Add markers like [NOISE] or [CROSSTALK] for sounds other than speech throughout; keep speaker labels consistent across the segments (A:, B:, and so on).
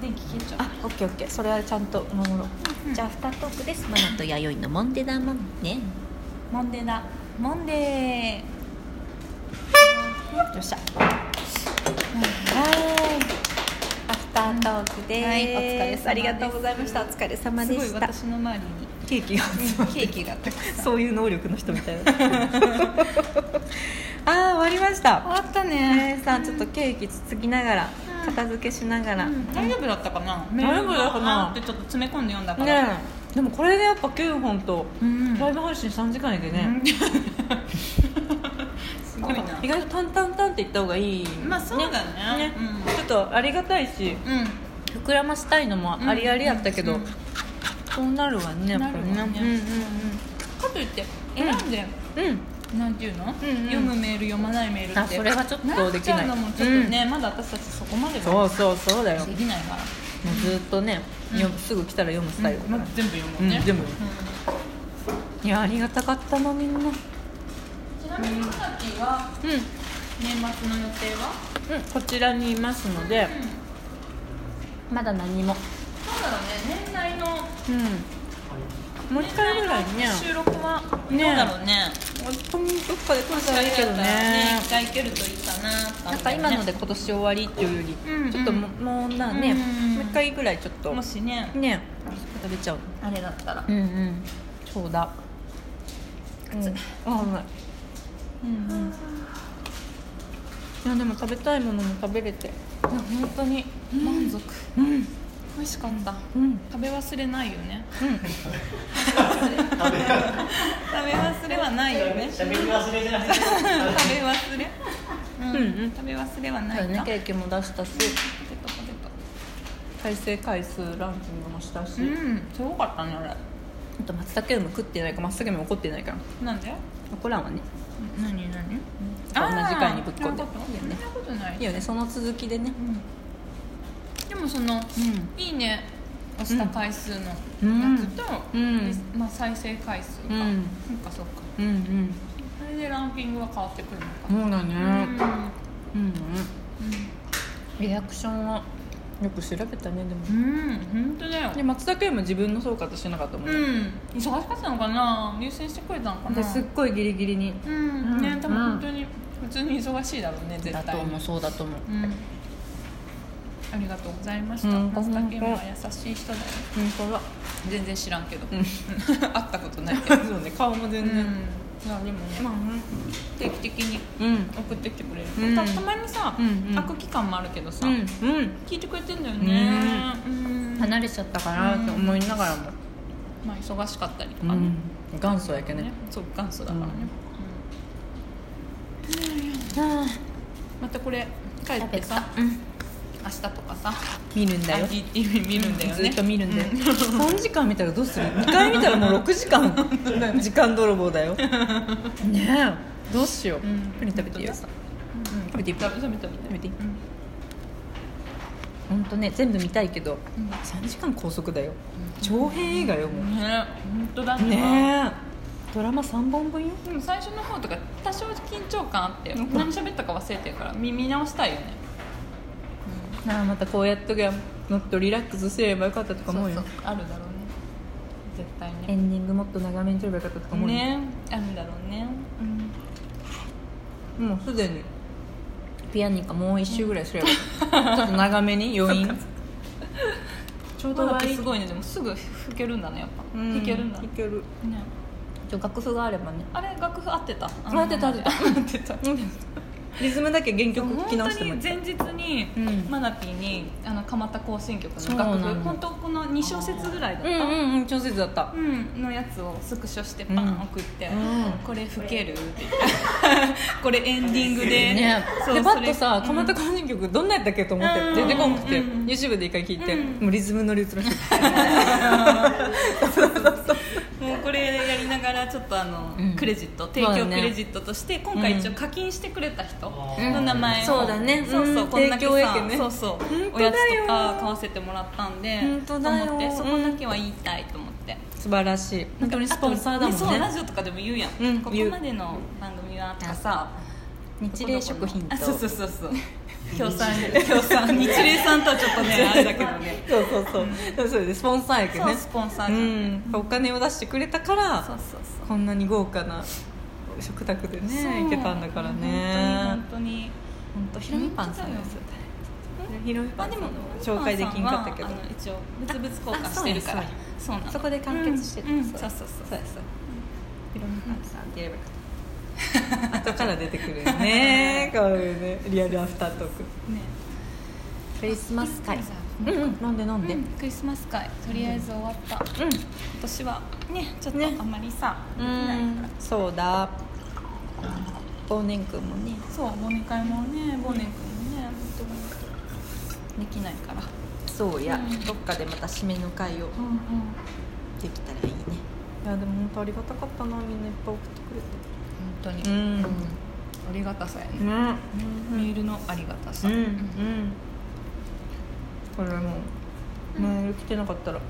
A: 緊張
B: あオッケーオッケーそれはちゃんと守ろう、じゃあアフタートークですマナと弥生のモンデダマンね
A: モンデーだモンデ
B: よっしゃはいアフタートークで
A: ー
B: す、
A: はいお疲れ様です
B: ありがとうございましたお疲れ様
A: ーす
B: で
A: ごい
B: した
A: 私の周りに
B: ケーキが集まって
A: ケーキがたくさん
B: [LAUGHS] そういう能力の人みたいなあ [LAUGHS] ー終わりました
A: わった
B: ねえさんちょっとケーキつつきながら
A: うん
B: 片付けしながら、
A: うん大丈夫だったかな
B: 大丈夫だったかな
A: あーってちょっと詰め込んで読んだか
B: ね
A: ら
B: えでもこれでやっぱ9本と
A: うん
B: ライブ配信3時間やでね、
A: うんす
B: [LAUGHS]
A: ごい
B: なん
A: な
B: か意外と「タンタンタン」って言った方がいい
A: まあそうだねうん
B: ちょっとありがたいし
A: う
B: 膨らましたいのもありありやったけ
A: う
B: ど、
A: んうん
B: そうなるわねやっぱり
A: なるわねんかといって選んで、
B: うんうんうんうん
A: なんていうの、
B: うんうん
A: 読むメール読まないメール
B: あ
A: って
B: それはちょっと
A: なっちゃうのもちょっとね、まだ私たちそこまでは
B: そうそうそうだよ
A: で
B: も
A: きないから、
B: うずっとね、
A: うん
B: 読むすぐ来たら読むスタイルだか
A: ま
B: ら、
A: あ全部読むね、
B: うん全部いやありがたかったなみんなうん、うん、
A: うんちなみにさっきは年末の予定は、
B: こちらにいますので
A: うん、
B: まだ何も
A: そうだろうね年内の
B: うんもう一回ぐらいね
A: 年内の収録はどう
B: ね
A: だろうね
B: 本当にどっかで撮ったらいいけど
A: 確かに
B: ね
A: 一回行けるといいかな
B: なんか今ので今年終わりっていうより、
A: うんうん
B: ちょっとももうなね、
A: うん
B: もう一回ぐらいちょっと
A: もしね
B: ね食べちゃう
A: あれだったら
B: うんうんそうだうん、あうまいうんうんいやでも食べたいものも食べれて
A: 本当に満足、
B: うん
A: 美味しかった
B: うん
A: 食べ忘れないよね食べ忘れはないよね食
C: 喋り忘れじゃなく
A: [LAUGHS] べ
C: て
A: 忘れうん、
B: うんうん
A: 食べ忘れは
B: だ
A: な
B: よ
A: い
B: ね
A: な
B: ケーキも出したし
A: ポテトポテ
B: 再生回数ランキングもしたし、
A: トうんすごかったねあ
B: あと松茸も食ってないか松茸も怒ってないから
A: れなんで
B: 怒らんわね
A: 何何
B: 同じ回にぶっ込んで
A: あーそういうことそんなことない
B: いいよねその続きでね
A: うんでもその
B: う
A: いいね押した回数のや
B: うん
A: つと、
B: うん
A: リスまあ、再生回数か、
B: うん
A: なんかそうか
B: んうん
A: それでランキングは変わってくるのか
B: そうだね
A: うん
B: うんうんリアクションはよく調べたねでも
A: うん、うん、本当だよ
B: で松茸よりも自分の総括してなかったもん
A: う
B: ね、
A: ん忙しかったのかな入選してくれたのかな
B: ですっごいギリギリに
A: うん
B: う
A: ね
B: ん
A: 多分本当に普通に忙しいだろうね絶
B: だ
A: 対
B: と思うそうだと思う
A: うんありがとうございました
B: うん
A: 松竹も優しい人だよ
B: 本当だ
A: 全然知らんけど
B: う
A: [LAUGHS] 会
B: ん
A: ったことないけど
B: そうね顔も
A: う
B: 全
A: んいや
B: 然、
A: でもね
B: まあね
A: 定期的に
B: うん
A: 送ってきてくれる、
B: うん
A: たたまにさ、
B: うんうん
A: 空く期間もあるけどさ、
B: うんうん
A: 聞いてくれてんだよね、うん
B: 離れちゃったかなって思いながらも、
A: まあ、忙しかったりと
B: うん
A: かね,、
B: 元祖やけね
A: ねそう元祖だからね、
B: うん
A: うんまたこれ帰ってさ
B: うん
A: 明日とかさ
B: 見るんだよ
A: IGTV 見るんだよ
B: ず
A: ね、
B: っと見るんだよ、
A: う
B: 3時間見たらどうする2回見たらもう6時 [LAUGHS] 間時間泥棒だよ [LAUGHS] ねえどうしよ
A: う
B: う、
A: ん
B: プリン食べていいよ
A: うん
B: 食べていい
A: 食べ食べ食べ
B: 食べていい
A: うん
B: 本当ね全部見たいけど
A: うん
B: 3時間拘束だよ長編映画よもう
A: ね本当だ
B: ねえドラマ3本分よ
A: でも最初の方とか多少緊張感あって何喋ったか忘れてるから見見直したいよね
B: ああまたこうやっとけばもっとリラックスすればよかったとか思うよ
A: そうそうあるだろうね絶対ね
B: エンディングもっと長めに撮ればよかったとか思うよ、
A: ねあるだろうねうん
B: もうすでにピアニカもう一周ぐらいすればよかったちょっと長めに余韻ちょう
A: 音
B: ど
A: 楽
B: 割り
A: すごいねでもすぐ吹けるんだねやっぱ
B: うん
A: 弾けるんだ
B: い
A: ね
B: けるちょ楽譜があればね
A: あれ楽譜合ってた
B: 合ってた合ってた
A: 合ってた
B: リズムだけ原曲
A: 本
B: 聴
A: 当
B: き直してもい
A: に
B: いから
A: 前日に
B: うん
A: マナピーにあの蒲田行進曲
B: そう
A: の
B: な
A: 楽
B: の
A: 譜本当この2小節ぐらいだっ
B: う
A: た
B: んうんうん調節だった
A: うんのやつをスクショしてパン送って
B: うん
A: 「これ吹ける?」って言ってこれエンディングで
B: ね
A: そう
B: でパッ
A: そ
B: と
A: れ
B: さ
A: うん
B: 蒲田行進曲どんなやったっけと思って
A: うん
B: 出てこんくて
A: うん
B: YouTube で一回聴いて
A: うん
B: もうリズム乗り移らせて
A: もうこれやりながらちょっとあの、
B: うん
A: クレジット提
B: そうだ
A: 供ク
B: ね
A: レジットとして今回一応課金してくれた人
C: うん
A: の名前を、
B: そうだね
A: そうそう
B: うん
A: こんだけ
B: 提供や
A: さ、
B: けね
A: そうそう
B: 本当
A: お
B: だ
A: や
B: よ
A: つとか買わせてもらったんで
B: 本当だよ
A: と思ってそこだけは言いたいと思って
B: 素晴らしい本当にスポンサー
A: あと
B: だ
A: ね
B: も
A: そうんラ
B: ね
A: ジオとかでも言うやん、
B: うん
A: ここ
B: 言う
A: までの番組はとかさ
B: 日霊食品と
A: あそうそうそうそう共産共産日霊さんとはちょっとねあれだけどね
B: [LAUGHS] そうそうそうでもそれでスポンサーやけど
A: そう
B: ね
A: スポンサー
B: う
A: じゃん
B: ん、お金を出してくれたから
A: そうそうそう
B: こんなに豪華な食卓でね行けたんだからね
A: 本当に
B: 本当ひろみパンさんですよねひろみ
A: ま
B: パ
A: あ
B: ン
A: で
B: さん
A: も
B: の紹介できんかったけど
A: あの一応物々交換してるから
B: あ
A: そうなの
B: そこで完結してた
A: うんうん
B: そ
A: そううそうそう
B: そうですそうひろみパンさんってやればよかった後から出てくるよ [LAUGHS] ねこういうねリアルアフタートーク
A: ね
B: クリスマス会
A: うんうん
B: 飲んで飲んで
A: うんクリスマス会とりあえず終わった今
B: うん
A: 年はねちょっと
B: ね
A: あんまりさで
B: う
A: きないから
B: んそうだ忘年くんもね
A: そう忘年会もね忘年会もね本当にできないから
B: そうや、
A: うん
B: どっかでまた締めの会を
A: うんうん
B: できたらいいねいやでも本当ありがたかったなみんないっぱい送ってくれて
A: 本当に、
B: うん
A: ありがたさやね、
B: ね
A: メールのありがたさ、
B: うんうんこれもうメール来てなかったら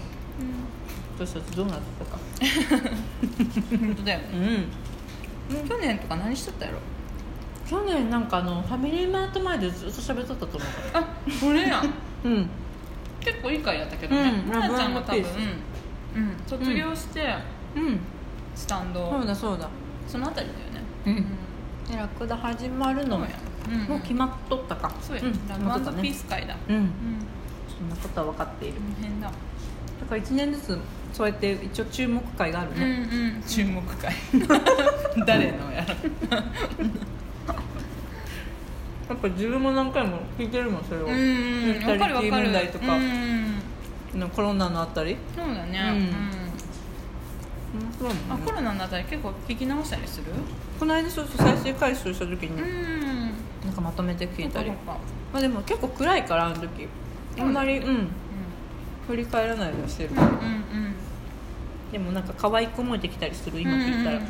B: 私たちどうなってたか
A: うん本当だよね
B: うん
A: 去年とか何しとったやろ
B: 去年なんかあのファミリーマート前でずっと喋っとったと思
A: あこれやん
B: ううん
A: 結構いい回やったけどね
B: うん
A: ななちゃんが多分、
B: ラブ
A: うん、卒業して、
B: うん
A: スタンド、
B: そうだそうだ
A: そのあたりだよね
B: うんでラクダ始まるの
A: そうや、うん
B: もう決まっとったか
A: そうや、
B: ん
A: ラ
B: 決まっと
A: ブ
B: った
A: ピー
B: ね
A: ス会だ、
B: うん
A: うん
B: そんなことは分かっている
A: この辺だ、
B: だから1年ずつそうやって一応注目会がある
A: うん
B: ね、 [LAUGHS]
A: うん注目会誰のやら
B: やっぱ自分も何回も聞いてるもんそれを、
A: うんわかるわかる
B: 問題とか
A: うん
B: のコロナのあたり
A: そうだね、
B: うん
A: うん
B: 面白いも
A: あ
B: ん、ね
A: コ、ロナのあたり結構聞き直したりする
B: この間そうそう再生回収した時に、
A: ん
B: なんかまとめて聞いたり、
A: なんか
B: まあ、でも結構暗いからあの時あんまりうん振り返らないようにしてる
A: うんうんうん
B: でもなんか可愛く思えてきたりする今聞
A: う
B: いたら、
A: んうんなる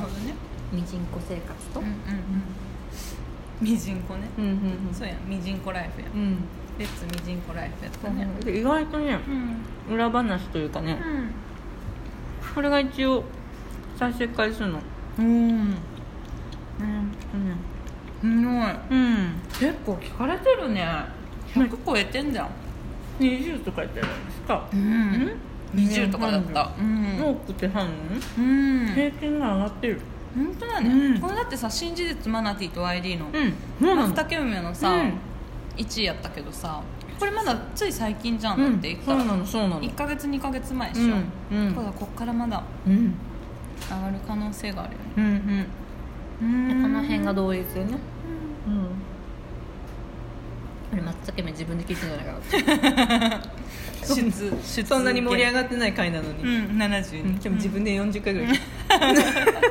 A: ほどね
B: ミジンコ生活と
A: うんうんうんミジンコね
B: うんうん
A: そうやミジンコライフや
B: うんうん
A: レッツミジンコライフやったね
B: うんで意外とね
A: うん
B: 裏話というかねこれが一応再生回数の
A: うんうん
B: うん
A: すごい
B: うん
A: 結構聞かれてるね100超えてんじゃん
B: 20とかやったじゃないですか
A: う、ん20とかだったうん
B: 多くて半
A: うん
B: 平均が上がってる
A: 本当だ
B: う
A: ね
B: ん
A: これだってさ新事実マナティーと ID の
B: んそうなの
A: 二件目のさ
B: うん
A: 1位やったけどさこれまだつい最近じゃ
B: うん
A: だって言った
B: そうな
A: ら
B: のそうなの
A: 1か月2か月前でしょ
B: うんうん
A: だからこっからまだ
B: うん
A: 上がる可能性があるよね
B: うんう
A: こ
B: んこの
A: の
B: 辺が同一よねうんあれ松茸め自分で聞いてんじゃないかな [LAUGHS]
A: 出出
B: そんなに盛り上がってない回なのに、
A: うん72
B: うんでも自分で40回ぐらい、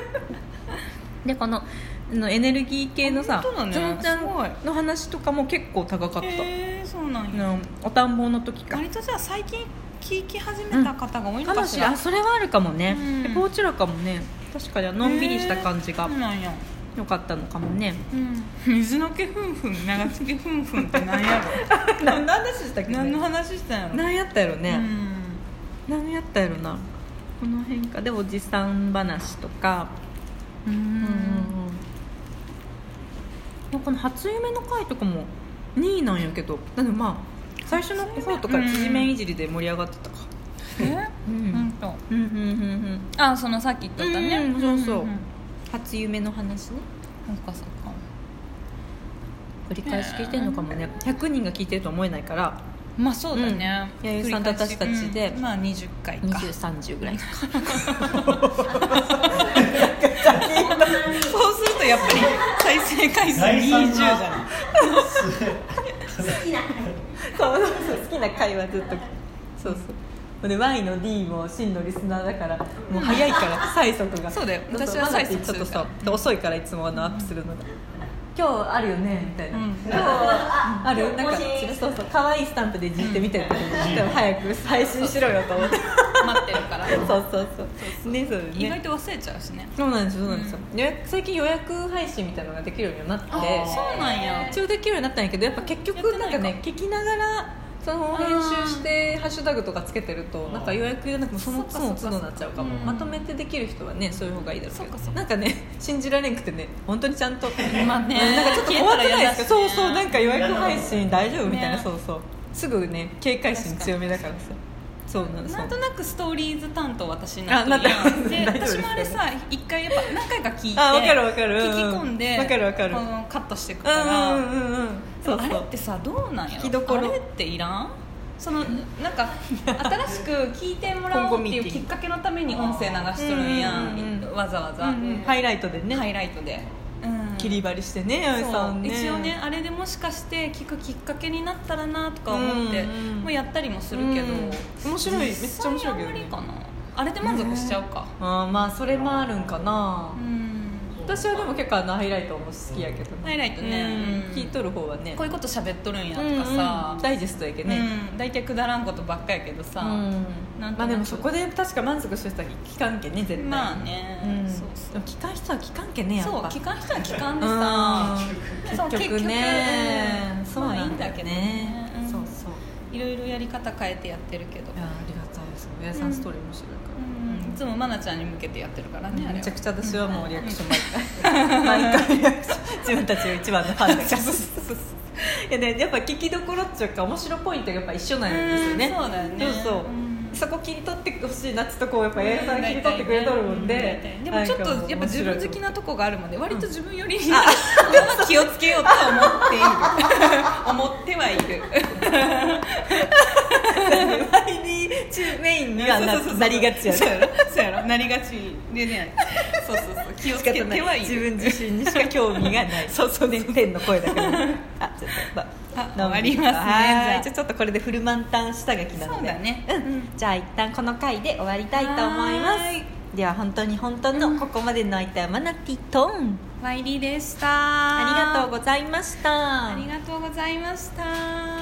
B: [LAUGHS] でこのあのエネルギー系のさ
A: 本当だね
B: ゾノちゃ
A: すごい
B: んの話とかも結構高かった、
A: へえそうなんや
B: うんお田んぼの時か
A: 割とじゃあ最近聞き始めた方が多いの
B: か
A: か
B: も
A: し
B: し
A: ら
B: あそれはあるかもね、
A: うん
B: でポーチュラかもね確かにのんびりした感じが
A: そうなんや
B: 良かったのかもね、
A: うん水の毛ふんふん長月ふんふんって何や
B: [LAUGHS] 何の話したっ
A: ろ何の話したんやろ
B: 何やったやろ
A: う
B: ね、
A: ん
B: 何やったやろなこの辺かでおじさん話とか
A: う
B: うん
A: ん
B: うんこの初夢の回とかも2位なんやけどだけどまあ最初の方とか
A: うんうん
B: 縮めんいじりで盛り上がってたか
A: え
B: うん
A: う
B: う
A: んんと
B: うんうんうん
A: あそのさっき言っとったね、
B: うんそうそうん
A: ん
B: 初夢の話ね
A: そっかそっか
B: 繰り返し聞いてんのかもね100人が聞いてると思えないから
A: まあそうだね、
B: うん弥生さんと私たちで
A: うんまあ20回か
B: 2030ぐらいか
A: そうするとやっぱり再生回数20じゃん
B: そうそうそう好きな会話ずっとそうそうで Y の D も真のリスナーだからもう早いから催促
A: [LAUGHS]
B: が
A: そうだよ私
B: 私
A: は
B: は
A: 催
B: 催
A: 促
B: 促
A: す
B: ちょ
A: るか
B: っと
A: ら
B: さ遅いからいつもあのアップするのが今日あるよねみたいな、
A: うん
B: 今日あるなんかそうそう可愛いスタンプでじってみたいな、でも早く配信しろよと思って
A: 待ってるから
B: そうそうそうねそう
A: 意外
B: ね
A: と忘れちゃうしね
B: そうなんですよそうなんですよ、予約最近予約配信みたいなのができるようになって
A: あそうなんや
B: 一応できるようになったんやけどやっぱ結
A: やっ
B: 局
A: てな
B: な
A: んい
B: か
A: か
B: ね聞きながらその編集してハッシュタグとかつけてるとなんか予約じゃなくてその
A: そ
B: 都
A: っかそ
B: の
A: っか
B: 都度なっちゃうかも
A: うん
B: まとめてできる人はねそういう方がいいだろうけ
A: そっ
B: ど
A: かそっか
B: なんかね [LAUGHS] 信じられんくてね本当にちゃ
A: [LAUGHS]
B: んと
A: まあね
B: なんかちょっと怖くないですか
A: 消えたら嫌だしね
B: そうそうなんか予約配信大丈夫みたいな
A: ね
B: そうそうすぐね警戒心強めだからさそうなんです
A: なんとなくストーリーズ担当私に
B: あ
A: な
B: なっ
A: ってて
B: ます
A: るやんで [LAUGHS]
B: 大丈夫です
A: 私もあれさ一回やっぱ何回か聞いて
B: あわかるわかる
A: 聞き込ん
B: う
A: で
B: んわかるわかる
A: このカットしていく
B: う
A: から、
B: んうんうんうんそう
A: あ
B: そ
A: れ
B: う
A: ってさどうなんや
B: 聞きどころ
A: あれっていらんそのなんか新しく聞いてもらおうっていうきっかけのために音声流しとるんや
B: うんうんうん
A: んわざわざ、
B: うんうんハイライトでね、
A: ハイライトで、うん
B: 切り張りしてね八重
A: そ
B: さ
A: うん
B: ね
A: 一応ねあれでもしかして聞くきっかけになったらなとか思って、
B: うんうん
A: もうやったりもするけど、
B: うん面白いめっちゃ面白い
A: 実際あん
B: けどね
A: まりかなあれで満足しちゃうか、
B: あーまあそれもあるんかな、
A: うん
B: 私はでも結構あのハイライトも好きやけどね
A: ハイライトね
B: う
A: うんん
B: 聞いとる方はね
A: こういうこと喋っとるんやとかさ
B: うんうん、ダイジェストやけ
A: うん
B: ね、
A: 大体くだらんことばっかやけど
B: う
A: さ、
B: ん
A: なんとなく
B: まあでもそこで確か満足してたら聞かんけね絶対
A: まあね、
B: うん
A: そうそう
B: でも聞かん人は聞かんけねやっ
A: そう
B: ぱ
A: 聞かん人は聞かんでさ
B: うん結局
A: そう結局まあいいんだけどねう
B: ねそうなんだよねそう
A: ん
B: そう
A: いろいろやり方変えてやってるけど
B: い、やありがたいです親さんストーリー面白いから、
A: うんいつも愛菜ちゃんに向けてやってるからねあれは
B: めちゃくちゃ私はもうリアクション毎 [LAUGHS] 回毎回リアクション自分たちが一番のファンだから [LAUGHS] いやねやっぱ聞きどころっていうか面白ポイントがやっぱ一緒なんですよね
A: うんそうだよね
B: そうそう
A: うん
B: そこ切り取ってほしいなってとこをやっぱ八重さん切り取ってくれとるもんで、
A: でもちょっとやっぱ自分好き
B: な
A: なとこがあるもんで割と自分よりに気をつけようとは [LAUGHS] 思っている思ってはいる
B: [LAUGHS] 前に中メインにはな
A: そうそうそう
B: なりがちやね
A: そうやろそうやろなりがちでねそうそうそう気をつけてはい
B: 自
A: る
B: 分自身にしか興味が
A: [LAUGHS]
B: ないそうそうね天の声だからあちょっとま
A: あ
B: 飲
A: 終
B: んで
A: わりますね
B: はい
A: じゃあ
B: じゃあちょっとこれでフル満タン下書きなので
A: そうだね
B: うん
A: うん
B: じゃあ一旦この回で終わりたいと思いま
A: はー
B: すでは本当に本当のここまでの相手はマナティトーン
A: ワイリーでした
B: ありがとう
A: ご
B: ございました
A: ありがとうございました